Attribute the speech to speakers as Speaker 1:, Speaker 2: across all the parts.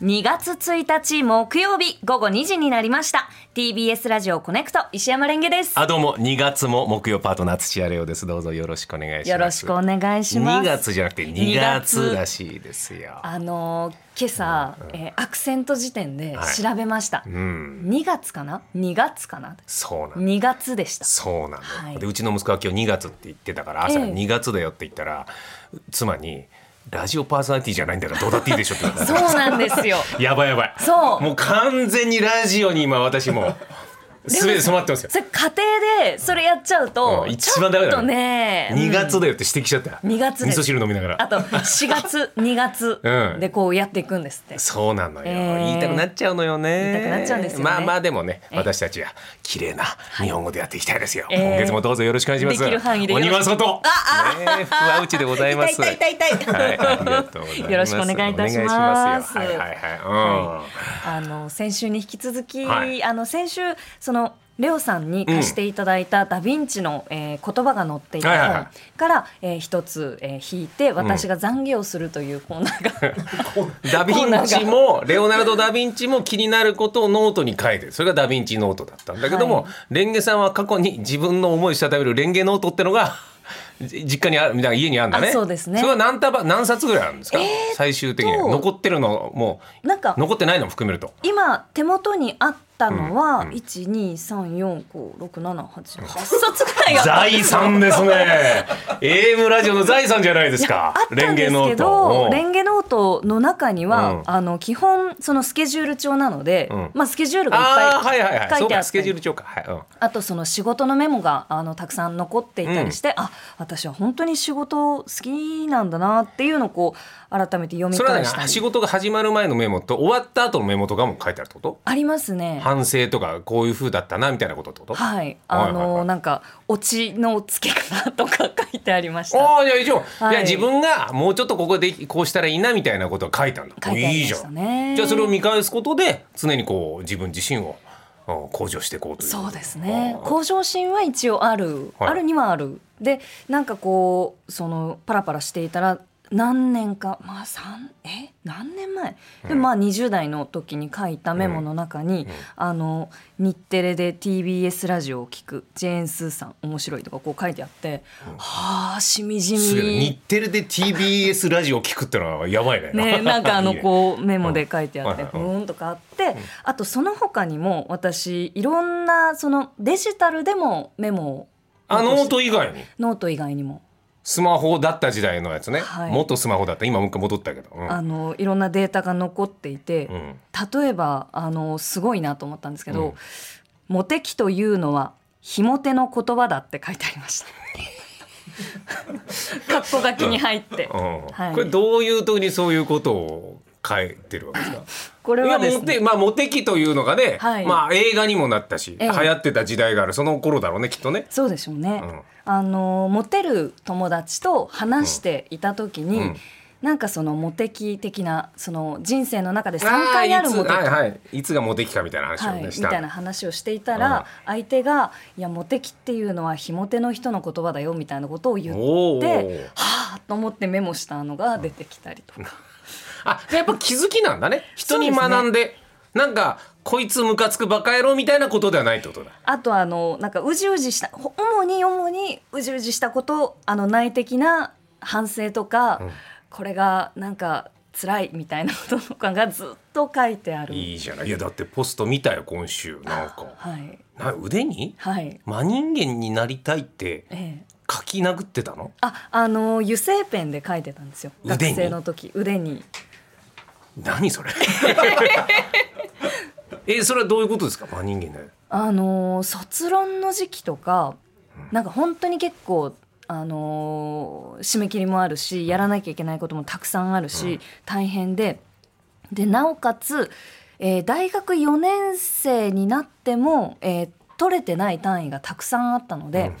Speaker 1: 2月1日木曜日午後2時になりました TBS ラジオコネクト石山レンゲです
Speaker 2: あどうも2月も木曜パートナー土屋レオですどうぞよろしくお願いします
Speaker 1: よろしくお願いします
Speaker 2: 2月じゃなくて2月らしいですよ
Speaker 1: あのー今朝、えーアクセント辞典で
Speaker 2: はい
Speaker 1: 調べました、
Speaker 2: うん
Speaker 1: 2月かな2月かな
Speaker 2: そうなの
Speaker 1: 2月でした
Speaker 2: そうなの、
Speaker 1: はい
Speaker 2: でうちの息子は今日2月って言ってたから朝
Speaker 1: ええ
Speaker 2: 2月だよって言ったら、妻にラジオパーソナリティじゃないんだからどうだっていいでしょって言われ
Speaker 1: そ
Speaker 2: た
Speaker 1: うなんですよ
Speaker 2: やばいやばい
Speaker 1: そう
Speaker 2: もう完全にラジオに今私もう すべて染まってますよ
Speaker 1: それ家庭でそれやっちゃうと、
Speaker 2: うん
Speaker 1: ち
Speaker 2: 一
Speaker 1: ょ
Speaker 2: 番
Speaker 1: っ
Speaker 2: ダメだね
Speaker 1: とね
Speaker 2: 2月だよって指摘しちゃった、
Speaker 1: 2月で
Speaker 2: 味
Speaker 1: す
Speaker 2: 噌汁飲みながら
Speaker 1: あと4月2月
Speaker 2: うん
Speaker 1: でこうやっていくんですって、
Speaker 2: そうなのよ、
Speaker 1: えー
Speaker 2: 言いたくなっちゃうのよね
Speaker 1: 言いたくなっちゃうんですよね
Speaker 2: まあまあでもね
Speaker 1: え
Speaker 2: 私たちは綺麗な日本語でやっていきたいですよ、
Speaker 1: えー
Speaker 2: 今月もどうぞよろしくお願いします
Speaker 1: できる範囲でよろ
Speaker 2: 鬼
Speaker 1: しく
Speaker 2: は外ああ、ね、福は内でございます
Speaker 1: 痛い痛い痛い痛い
Speaker 2: はい、ありがとうございます
Speaker 1: よろしくお願いいたします
Speaker 2: お願いしますよはいはい
Speaker 1: は、
Speaker 2: はい
Speaker 1: あの先週に引き続き、
Speaker 2: はい
Speaker 1: あの先週そのレオさんに貸していただいたダ・ヴィンチの、えー言葉が載ってい
Speaker 2: はい
Speaker 1: た
Speaker 2: はいは
Speaker 1: 本
Speaker 2: い
Speaker 1: からえー一、つ、えー引いて私が懺悔をするというコーナー が、
Speaker 2: い、うん、ダヴィンチもレオナルド・ダ・ヴィンチも気になることをノートに書いてるそれがダ・ヴィンチノートだったんだけども、
Speaker 1: は
Speaker 2: レンゲさんは過去に自分の思いをしたためるレンゲノートってのがじ実家にあるみたいな家にあるんだね
Speaker 1: あそうですね
Speaker 2: それは何束何冊ぐらいあるんですか、最終的に
Speaker 1: と
Speaker 2: 残ってるのも
Speaker 1: なんか
Speaker 2: う残ってないのも含めると
Speaker 1: 今手元にあったの
Speaker 2: う
Speaker 1: は
Speaker 2: んうん
Speaker 1: 1 2 3 4 5 6 7 8 8冊ぐらいが
Speaker 2: 財産ですね AM ラジオの財産じゃないですか
Speaker 1: あったんです
Speaker 2: レン
Speaker 1: け
Speaker 2: ゲノ
Speaker 1: ど
Speaker 2: ート
Speaker 1: レンゲノートの中には、
Speaker 2: うん
Speaker 1: あの基本そのスケジュール帳なので、
Speaker 2: うん
Speaker 1: まあ、スケジュールがいっ
Speaker 2: ああー
Speaker 1: ぱ
Speaker 2: はいいはいはい
Speaker 1: 書
Speaker 2: そ
Speaker 1: いうてあ
Speaker 2: か
Speaker 1: っ
Speaker 2: スケジュー
Speaker 1: て
Speaker 2: ル帳か、はいうん、
Speaker 1: あとその仕事のメモがあのたくさん残っていたりして、あ私は本当に仕事好きなんだなっていうのをこう改めて読み
Speaker 2: それは
Speaker 1: 返
Speaker 2: ね
Speaker 1: した
Speaker 2: 仕
Speaker 1: り
Speaker 2: 事が始まる前のメモと終わった後のメモとかも書いてあるってこと
Speaker 1: ありますね。
Speaker 2: 反省とかこういう風だったなみたいなことってことあ
Speaker 1: はい、あの、
Speaker 2: はいはいはい
Speaker 1: なんか落ちの付け方とか書いてありました。
Speaker 2: あーじゃあ以上、
Speaker 1: はい
Speaker 2: い、や自分がもうちょっとここでこうしたらいいなみたいなことを書いたんだ
Speaker 1: 書いてあ
Speaker 2: い
Speaker 1: り
Speaker 2: い
Speaker 1: ま
Speaker 2: じゃ
Speaker 1: した
Speaker 2: ん
Speaker 1: ね。
Speaker 2: じゃあそれを見返すことで常にこう自分自身をうん向上していこうという
Speaker 1: そうですね
Speaker 2: あー
Speaker 1: 向上心は一応ある、
Speaker 2: はい
Speaker 1: あるにはあるでなんかこうそのパラパラしていたら何年かまあ三え何年前、でまあ20代の時に書いたメモの中に、あの日テレで TBS ラジオを聞くジェーン・スーさん面白いとかこう書いてあって、はあしみじ
Speaker 2: すげえ日
Speaker 1: み。
Speaker 2: テレで TBS ラジオ聞くってのはやばいね
Speaker 1: ね、 なんかあの
Speaker 2: いいね
Speaker 1: こうメモで書いてあって
Speaker 2: うんはい
Speaker 1: ブ
Speaker 2: はいはい
Speaker 1: ーンとかあってあとその他にも私いろんなそのデジタルでもメモを
Speaker 2: あノート以外に
Speaker 1: ノート以外にも、
Speaker 2: スマホだった時代のやつね、
Speaker 1: はい
Speaker 2: もっとスマホだった今もう一回戻ったけど、うん
Speaker 1: あのいろんなデータが残っていて、
Speaker 2: うん
Speaker 1: 例えばあのすごいなと思ったんですけど、
Speaker 2: うん
Speaker 1: モテ期というのはひも手の言葉だって書いてありま した。括弧書きに入って、
Speaker 2: うん
Speaker 1: はい
Speaker 2: これどういう時にそういうことを書いてるわけですか
Speaker 1: これ
Speaker 2: い
Speaker 1: は
Speaker 2: や
Speaker 1: です
Speaker 2: モ
Speaker 1: ね
Speaker 2: テ、まあ、モテ期というのがね、
Speaker 1: はい
Speaker 2: まあ、映画にもなったし、
Speaker 1: ええ
Speaker 2: 流行ってた時代があるその頃だろうねきっとね。
Speaker 1: そうでしょうね、
Speaker 2: うん
Speaker 1: あのモテる友達と話していた時に、
Speaker 2: うんうん
Speaker 1: なんかそのモテ期的なその人生の中で3回ある
Speaker 2: ーいつ
Speaker 1: モテ期
Speaker 2: はいはい、いつがモテ期かみたいな話を
Speaker 1: は
Speaker 2: ね、
Speaker 1: い、み
Speaker 2: した
Speaker 1: たいな話をしていたら、
Speaker 2: うん
Speaker 1: 相手が「いやモテ期っていうのはひも手の人の言葉だよ」みたいなことを言って
Speaker 2: お
Speaker 1: は
Speaker 2: ー
Speaker 1: あと思ってメモしたのが出てきたりとか、
Speaker 2: あやっぱ気づきなんだね人
Speaker 1: そ
Speaker 2: に
Speaker 1: うです
Speaker 2: 学
Speaker 1: ね
Speaker 2: んでなんかこいつムカつくバカ野郎みたいなことではないってことだ。
Speaker 1: あとあのなんかうじうじしたほ主に主にうじうじしたことあの内的な反省とか、
Speaker 2: うん
Speaker 1: これがなんか辛いみたいなこととかがずっと書いてある。
Speaker 2: いいじゃないいやだってポスト見たよ今週なんか
Speaker 1: はい
Speaker 2: な腕に
Speaker 1: はい
Speaker 2: 真人間になりたいって
Speaker 1: ええ
Speaker 2: 書き殴ってたの
Speaker 1: あ、あの油性ペンで書いてたんですよ。
Speaker 2: 腕
Speaker 1: 学
Speaker 2: に
Speaker 1: 生の時、腕に。
Speaker 2: 何それ えそれはどういうことですか真人間になる
Speaker 1: あのー卒論の時期とかなんか本当に結構、あのー締め切りもあるしやらなきゃいけないこともたくさんあるし、大変ででなおかつ、えー大学4年生になっても、えー取れてない単位がたくさんあったので。
Speaker 2: うん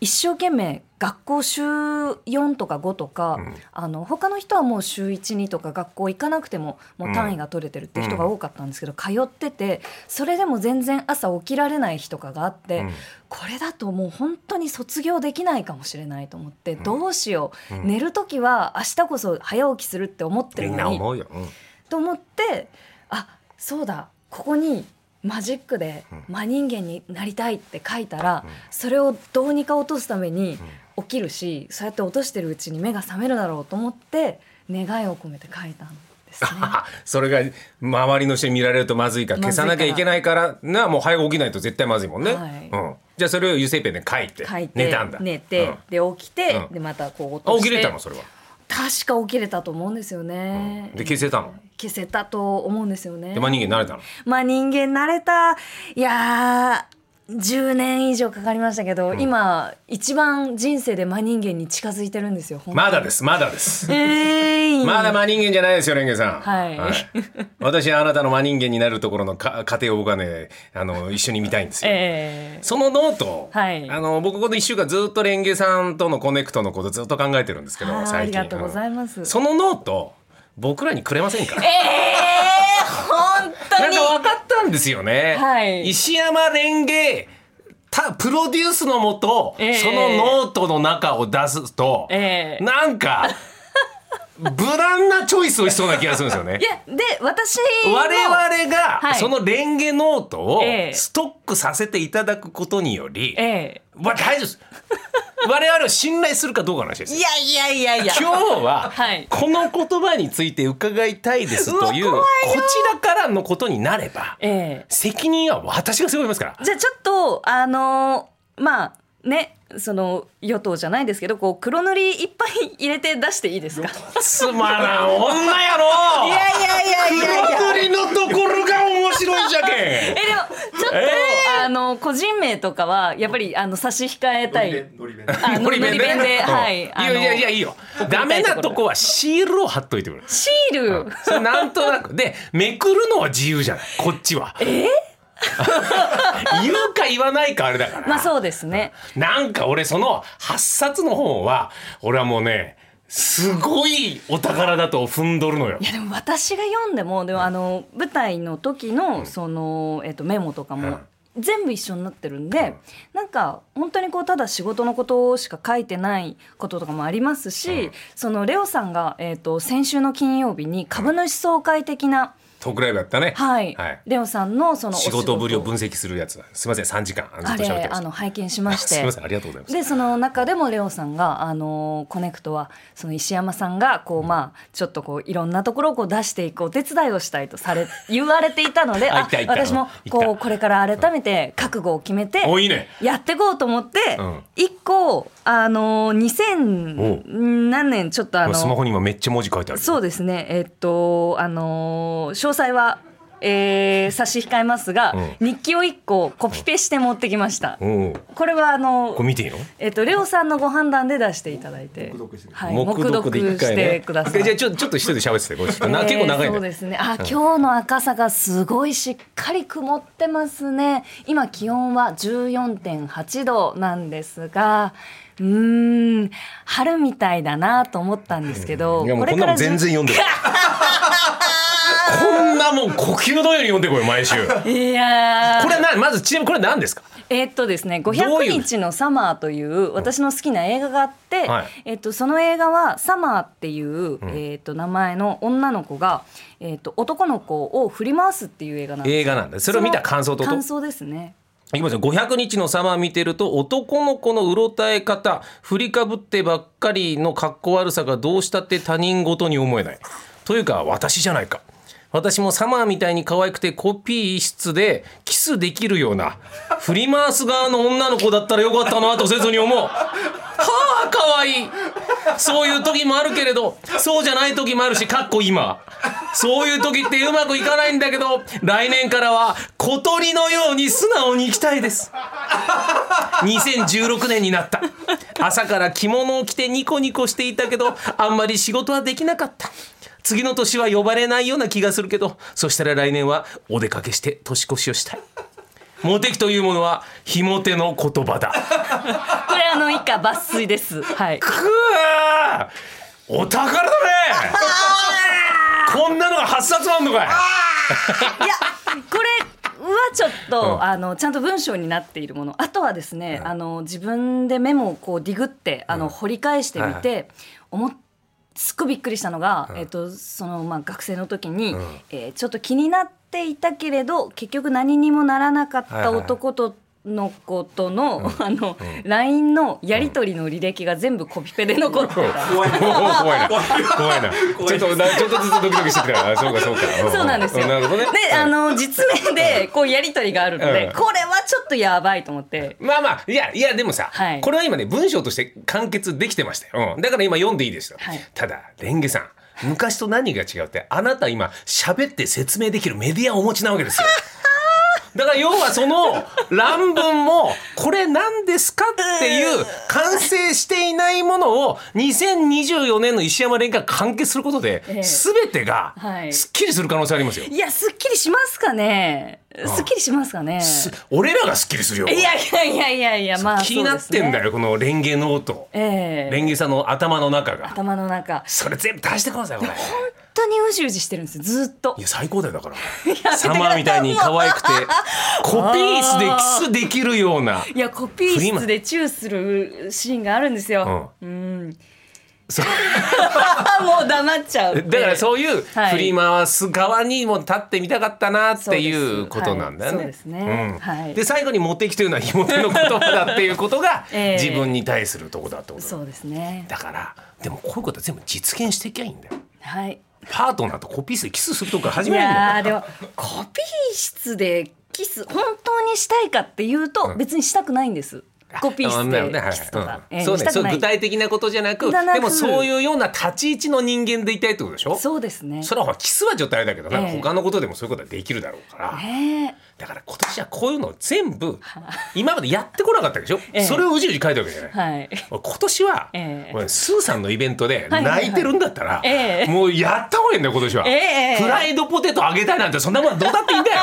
Speaker 1: 一生懸命学校週4とか5とか、
Speaker 2: うん
Speaker 1: あの他の人はもう週12とか学校行かなくてももう単位が取れてるって人が多かったんですけど、通っててそれでも全然朝起きられない日とかがあって、
Speaker 2: うん
Speaker 1: これだともう本当に卒業できないかもしれないと思って、どうしよう、
Speaker 2: うん
Speaker 1: 寝る時は明日こそ早起きするって思って
Speaker 2: み
Speaker 1: る
Speaker 2: んな
Speaker 1: のに
Speaker 2: 思うよ、うん
Speaker 1: と思ってあそうだここにマジックで真人間になりたいって書いたら、それをどうにか落とすために起きるし、そうやって落としてるうちに目が覚めるだろうと思って願いを込めて書いたんです ね。
Speaker 2: それが周りの人に見られるとまずいから消さなきゃいけないからなもう早く起きないと絶対まずいもんね、
Speaker 1: はい
Speaker 2: うん、じゃあそれを油性ペンで書いて
Speaker 1: 書いて
Speaker 2: 寝たんだ
Speaker 1: 寝て、
Speaker 2: うん
Speaker 1: で起きて、
Speaker 2: うん
Speaker 1: でまたこう落
Speaker 2: あ
Speaker 1: と
Speaker 2: 起
Speaker 1: して
Speaker 2: きれたのそれは
Speaker 1: 確か起きれたと思うんですよね、
Speaker 2: で消せたの
Speaker 1: 消せたと思うんですよね
Speaker 2: で真人間になれたの
Speaker 1: まあ人間慣れたいやー10年以上かかりましたけど、今一番人生で真人間に近づいてるんですよ本当に
Speaker 2: まだですまだです
Speaker 1: えーい
Speaker 2: まだ真人間じゃないですよレンゲさん
Speaker 1: はい
Speaker 2: 私あなたの真人間になるところのか過程を僕はねあの一緒に見たいんですよ、
Speaker 1: え
Speaker 2: そのノート、
Speaker 1: はい
Speaker 2: あの僕この1週間ずっとレンゲさんとのコネクトのことずっと考えてるんですけ
Speaker 1: ー
Speaker 2: ど
Speaker 1: はいあ
Speaker 2: 最
Speaker 1: り
Speaker 2: 近
Speaker 1: がとうございます、
Speaker 2: うんそのノート僕らにくれませんか
Speaker 1: ええー、本当
Speaker 2: なん
Speaker 1: に
Speaker 2: か分かったんですよね、
Speaker 1: はい
Speaker 2: 石山レンゲたプロデュースのもと、
Speaker 1: ええ
Speaker 2: そのノートの中を出すと、
Speaker 1: ええ
Speaker 2: な んか無難なチョイスをしそうな気がするんですよね
Speaker 1: い。やで私も
Speaker 2: 我々
Speaker 1: は
Speaker 2: が
Speaker 1: い
Speaker 2: そのレンゲノートを
Speaker 1: ええ
Speaker 2: ストックさせていただくことにより、
Speaker 1: え
Speaker 2: わ大丈夫です。我々を信頼するかどうかの話で
Speaker 1: え
Speaker 2: す
Speaker 1: い
Speaker 2: よ。
Speaker 1: やいやいやいや
Speaker 2: 今日は
Speaker 1: はい
Speaker 2: この言葉について伺いたいですという
Speaker 1: う
Speaker 2: こ
Speaker 1: わ
Speaker 2: ちらからのことになれば
Speaker 1: ええ
Speaker 2: 責任は私が背負いま すから。
Speaker 1: じゃあちょっとあのーまあねその与党じゃないですけどこう黒塗りいっぱい入れて出していいですか
Speaker 2: つまらん女やろ。
Speaker 1: いやいやいやいやいや
Speaker 2: 黒塗りのところが面白いじゃけ
Speaker 1: え
Speaker 2: ん
Speaker 1: で。もちょっと、あの個人名とかはやっぱりあの差し控えたい
Speaker 3: ノリ弁
Speaker 1: あの
Speaker 2: ノリ弁ね
Speaker 1: ノリ弁で
Speaker 2: うん
Speaker 1: はい
Speaker 2: い
Speaker 1: あ
Speaker 2: や
Speaker 1: の
Speaker 2: いやいやいいよダメなとこはシールを貼っといてくれ
Speaker 1: シール
Speaker 2: それなんとなくでめくるのは自由じゃないこっちはえ 言うか言わないかあれだから、
Speaker 1: まあそうですね
Speaker 2: なんか俺その8冊の本は俺はもうねすごいお宝だと踏んどるのよ
Speaker 1: いやでも私が読んでもでもあの舞台の時のその、えっとメモとかも全部一緒になってるんで、なんか本当にこうただ仕事のことしか書いてないこととかもありますし、そのレオさんが、えっと先週の金曜日に株主総会的な、
Speaker 2: トークライブだったね
Speaker 1: はいレオさんのそのお
Speaker 2: 仕事ぶりを分析するやつすいません3時間ず
Speaker 1: あ
Speaker 2: っと喋っ
Speaker 1: れ
Speaker 2: てま
Speaker 1: あ
Speaker 2: し
Speaker 1: の
Speaker 2: た
Speaker 1: 拝見しまして
Speaker 2: すいませんありがとうございます
Speaker 1: でその中でもレオさんが、あのコネクトはその石山さんがこう、まあ、ちょっとこういろんなところをこう出していくお手伝いをしたいとされ 言われていたので
Speaker 2: あ
Speaker 1: あ
Speaker 2: いたいた
Speaker 1: 私も
Speaker 2: いた
Speaker 1: こうこれから改めて覚悟を決めて
Speaker 2: おいいね
Speaker 1: やっていこうと思って、
Speaker 2: うん
Speaker 1: 一個、あの2000何年ちょっとあの
Speaker 2: スマホに今めっちゃ文字書いてある
Speaker 1: そうですね、えっと、あのー詳細は、えー差し控えますが、
Speaker 2: う
Speaker 1: 日記を1個コピペして持ってきました。
Speaker 2: うん
Speaker 1: これはあの
Speaker 2: これ見ていいの
Speaker 1: えっとレオさんのご判断で出していただいて、はい、
Speaker 2: 目
Speaker 1: 黙読
Speaker 2: 読で一回
Speaker 1: し
Speaker 2: ね
Speaker 1: てください。
Speaker 2: じゃあちょちょっと一人で喋っててこれ結構
Speaker 1: えー
Speaker 2: 長い
Speaker 1: そう
Speaker 2: ね
Speaker 1: ですね。あ、今日の赤坂すごいしっかり曇ってますね。今気温は14.8度なんですが、うーん、春みたいだなと思ったんですけど、
Speaker 2: いやもうこんなもん全然読ん でるこんなもん呼吸のように読んでこい 毎週こ
Speaker 1: いやー
Speaker 2: れなまずちなみにこれ何ですか
Speaker 1: えーっとですね、
Speaker 2: どうい
Speaker 1: 500
Speaker 2: う
Speaker 1: 日のサマーという私の好きな映画があって、
Speaker 2: はい
Speaker 1: えーっとその映画はサマーっていう、えーっと名前の女の子が、えーっと男の子を振り回すっていう映画なんです。
Speaker 2: 映画なんでそれを見た感想
Speaker 1: そ
Speaker 2: とと
Speaker 1: の感想ですね。
Speaker 2: いきますよ500日の様見てると男の子のうろたえ方振りかぶってばっかりの格好悪さがどうしたって他人事に思えないというか私じゃないか私もサマーみたいに可愛くてコピー室でキスできるような振り回す側の女の子だったらよかったなとせずに思うはあ可愛いそういう時もあるけれどそうじゃない時もあるしかっこ今そういう時ってうまくいかないんだけど来年からは小鳥のように素直に行きたいです2016年になった朝から着物を着てニコニコしていたけどあんまり仕事はできなかった次の年は呼ばれないような気がするけどそしたら来年はお出かけして年越しをしたいモテ期というものはひも手の言葉だ
Speaker 1: これあの以下抜粋 です。はい。
Speaker 2: くわーお宝だねこんなのが8冊もあんのかい
Speaker 1: いやこれはちょっと、あのちゃんと文章になっているものあとはですね、あの自分でメモをこうディグってあの、掘り返してみて、思っすっごいびっくりしたのが、えっとそのまあ、学生の時に、えーちょっと気になっていたけれど結局何にもならなかっ
Speaker 2: はい
Speaker 1: た
Speaker 2: はい
Speaker 1: 男との子との,、あの LINE のやり取りの履歴が全部コピペで残ってた。
Speaker 2: 怖いな怖いな怖いなちょっとなちょっとずつドキドキしてきたあそうかそうか
Speaker 1: そうなんですよ。
Speaker 2: なるほどね
Speaker 1: で、あの実名でこうやり取りがあるので、
Speaker 2: うん
Speaker 1: これはちょっとやばいと思って。
Speaker 2: まあまあいやいやでもさ、
Speaker 1: はい
Speaker 2: これは今ね文章として完結できてましたよ、うん、だから今読んでいいですよ、
Speaker 1: はい
Speaker 2: ただレンゲさん昔と何が違うってあなた今喋って説明できるメディアをお持ちなわけですよ だから要はその乱文もこれ何ですかっていう完成していないものを2024年の石山連が完結することで
Speaker 1: ええ
Speaker 2: 全てが
Speaker 1: はい
Speaker 2: すっきりする可能性ありますよ、
Speaker 1: いや、すっきりしますかね。すっきりしますかね。
Speaker 2: す俺らがすっきりするよ
Speaker 1: いやいやいやいやいや、まあ、
Speaker 2: 気になってんだ
Speaker 1: よ。
Speaker 2: よこのレンゲノート
Speaker 1: ええ
Speaker 2: レンゲさんの頭の中が。
Speaker 1: 頭の中。
Speaker 2: それ全部出してください、これ。い
Speaker 1: 本当にうじうじしてるんですよ、ずーっと。
Speaker 2: や、最高だよ、だから。
Speaker 1: ださい
Speaker 2: サマーみたいに可愛くて、コピースでキスできるような。
Speaker 1: いや、コピ
Speaker 2: フリ
Speaker 1: ー
Speaker 2: マ
Speaker 1: 室でチューするシーンがあるんですよ。うん。
Speaker 2: そう
Speaker 1: あ、 もう黙っちゃう。
Speaker 2: だからそういう
Speaker 1: はい
Speaker 2: 振り回す側にも立ってみたかったなって
Speaker 1: そう
Speaker 2: い
Speaker 1: で
Speaker 2: う
Speaker 1: す
Speaker 2: ことなんだ
Speaker 1: はい
Speaker 2: よね。
Speaker 1: そうですね
Speaker 2: うん
Speaker 1: はい
Speaker 2: で最後に「持ってき」というのは「ひもての言葉だっていうことが
Speaker 1: ええ
Speaker 2: 自分に対するとこだってことだ
Speaker 1: そうですね。
Speaker 2: だからでもこういうことは全部実現していきゃいいんだよ。
Speaker 1: はい。
Speaker 2: パートナーとコピースでキスするとこから始
Speaker 1: い
Speaker 2: めないいんだよ。
Speaker 1: やーでもコピー室でキス本当にしたいかっていうと別にしたくないんです、コピー室でキスとか、えー
Speaker 2: そう
Speaker 1: し
Speaker 2: ね
Speaker 1: た
Speaker 2: そ
Speaker 1: く
Speaker 2: う
Speaker 1: ない
Speaker 2: 具体的なことじゃなく
Speaker 1: じゃなく
Speaker 2: でもそういうような立ち位置の人間でいたいってことでしょ
Speaker 1: そうですね
Speaker 2: それはほらキスはちょっとあれだけどなんか
Speaker 1: ええ
Speaker 2: 他のことでもそういうことはできるだろうから、
Speaker 1: ね
Speaker 2: だから今年はこういうのを全部今までやってこなかったでしょ、
Speaker 1: ええ
Speaker 2: それをうじうじ書いたわけじゃな
Speaker 1: え、
Speaker 2: い
Speaker 1: はい
Speaker 2: 俺今年は、
Speaker 1: ええ
Speaker 2: 俺スーさんのイベントで
Speaker 1: はいはいはい
Speaker 2: 泣いてるんだったら、
Speaker 1: ええ
Speaker 2: もうやった方がいいんだよ今年は、
Speaker 1: ええ
Speaker 2: フライドポテトあげたいなんてそんなもんどうだっていいん だよ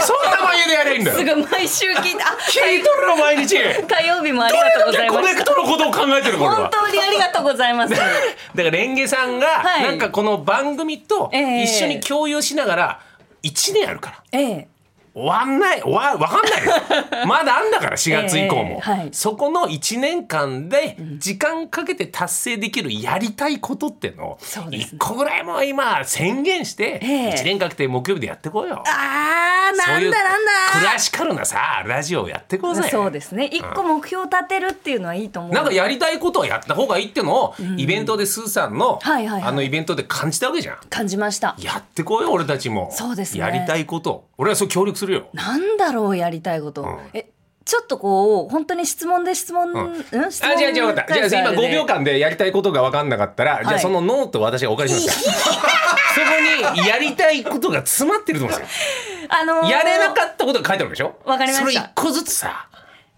Speaker 2: そんなもん家でやればいいんだよ
Speaker 1: すぐ毎週聞いてあ
Speaker 2: 聞いとるの毎日
Speaker 1: 火曜日もありがとう ござい
Speaker 2: コ
Speaker 1: ま
Speaker 2: ネ
Speaker 1: し
Speaker 2: ク
Speaker 1: た
Speaker 2: トのことを考えてるこれ
Speaker 1: 本
Speaker 2: は。
Speaker 1: 当にありがとうございます
Speaker 2: だからレンゲさんが、
Speaker 1: はい
Speaker 2: なんかこの番組と
Speaker 1: ええ
Speaker 2: 一緒に共有しながら1年あるから
Speaker 1: ええ
Speaker 2: 終わんない終わわかんないよ まだあんだから4月以降も、
Speaker 1: ええはい
Speaker 2: そこの1年間で時間かけて達成できるやりたいことってのを
Speaker 1: そうです
Speaker 2: 1個ぐらいもう今宣言して
Speaker 1: ええ
Speaker 2: 1年かけて木曜日でやってこうよ。
Speaker 1: あー
Speaker 2: そ
Speaker 1: な
Speaker 2: うい
Speaker 1: ん
Speaker 2: う
Speaker 1: だなん
Speaker 2: ク
Speaker 1: だ
Speaker 2: ラシカルなさラジオをやってこうぜ。
Speaker 1: そうですね一個目標立てるっていうのはいいと思う
Speaker 2: なんかやりたいことをやった方がいいっていうのを、イベントでスーさんの、
Speaker 1: はいはいはい
Speaker 2: あのイベントで感じたわけじゃん。
Speaker 1: 感じました
Speaker 2: やってこいよ俺たちも。
Speaker 1: そうですね
Speaker 2: やりたいこと。俺はそう協力するよ。
Speaker 1: なんだろうやりたいこと、
Speaker 2: ん
Speaker 1: えちょっとこう本当に質問で質問、うん、質問
Speaker 2: あ、じゃあじゃあ分かった。じゃあ今5秒
Speaker 1: 間
Speaker 2: 間でやりたいことが分かんなかったら、じゃあ
Speaker 1: はい
Speaker 2: そのノートを私がお借りしますから。そこにやりたいことが詰まってると思う んです
Speaker 1: あの
Speaker 2: よ。やれな
Speaker 1: っ
Speaker 2: かったことが書いてあるでしょ。
Speaker 1: わかりました
Speaker 2: それ一個ずつさ。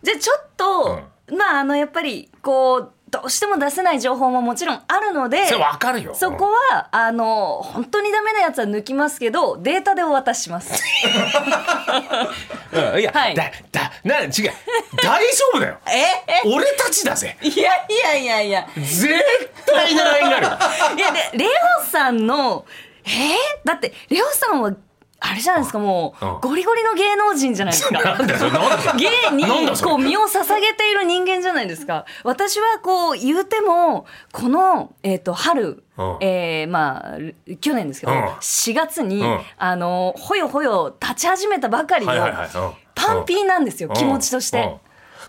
Speaker 1: じゃあちょっと、まああのやっぱりこうどうしても出せない情報ももちろんあるので
Speaker 2: それ分かるよ。
Speaker 1: そこはあの本当にダメなやつは抜きますけどデータでお渡しします
Speaker 2: うん。いや、
Speaker 1: はい
Speaker 2: だだな違う。大丈夫だよ。
Speaker 1: え
Speaker 2: 俺たちだぜ。
Speaker 1: え いやいやいやいや
Speaker 2: 絶対習いになる。
Speaker 1: いやでレオさんのえー、だってレオさんはあれじゃないですかもう、
Speaker 2: うん
Speaker 1: ゴリゴリの芸能人じゃないですか
Speaker 2: なんだよそれなんだよそれ
Speaker 1: 芸に
Speaker 2: なんだそれ
Speaker 1: こう身を捧げている人間じゃないですか私はこう言うてもこの、えー、と春、
Speaker 2: うん
Speaker 1: えーまあ去年ですけど、
Speaker 2: うん
Speaker 1: 4月に、
Speaker 2: うん
Speaker 1: あのほよほよ立ち始めたばかりの
Speaker 2: はいはいはいうん
Speaker 1: パンピーなんですよ、
Speaker 2: うん
Speaker 1: 気持ちとして。
Speaker 2: うん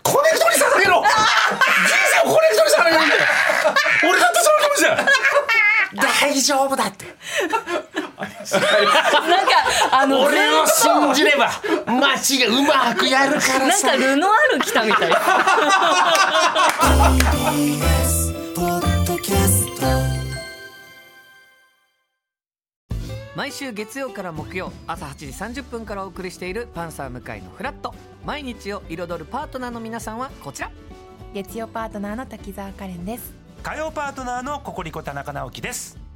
Speaker 2: コネクトに 捧げろ人生をコネクトに捧げろんだよ俺だってその気持ちだよ大丈夫だって
Speaker 1: なんかあの
Speaker 2: 俺を
Speaker 1: ずっと
Speaker 2: 信じれば街がうまくやるから
Speaker 1: なん
Speaker 2: さ
Speaker 1: かルノアール来たみたいな。
Speaker 3: 毎週月曜から木曜朝8時30分からお送りしている「パンサー向井のフラット」毎日を彩るパートナーの皆さんはこちら
Speaker 4: 月曜パートナーの滝沢カレンです
Speaker 5: 火曜パートナーのココリコ田中直樹です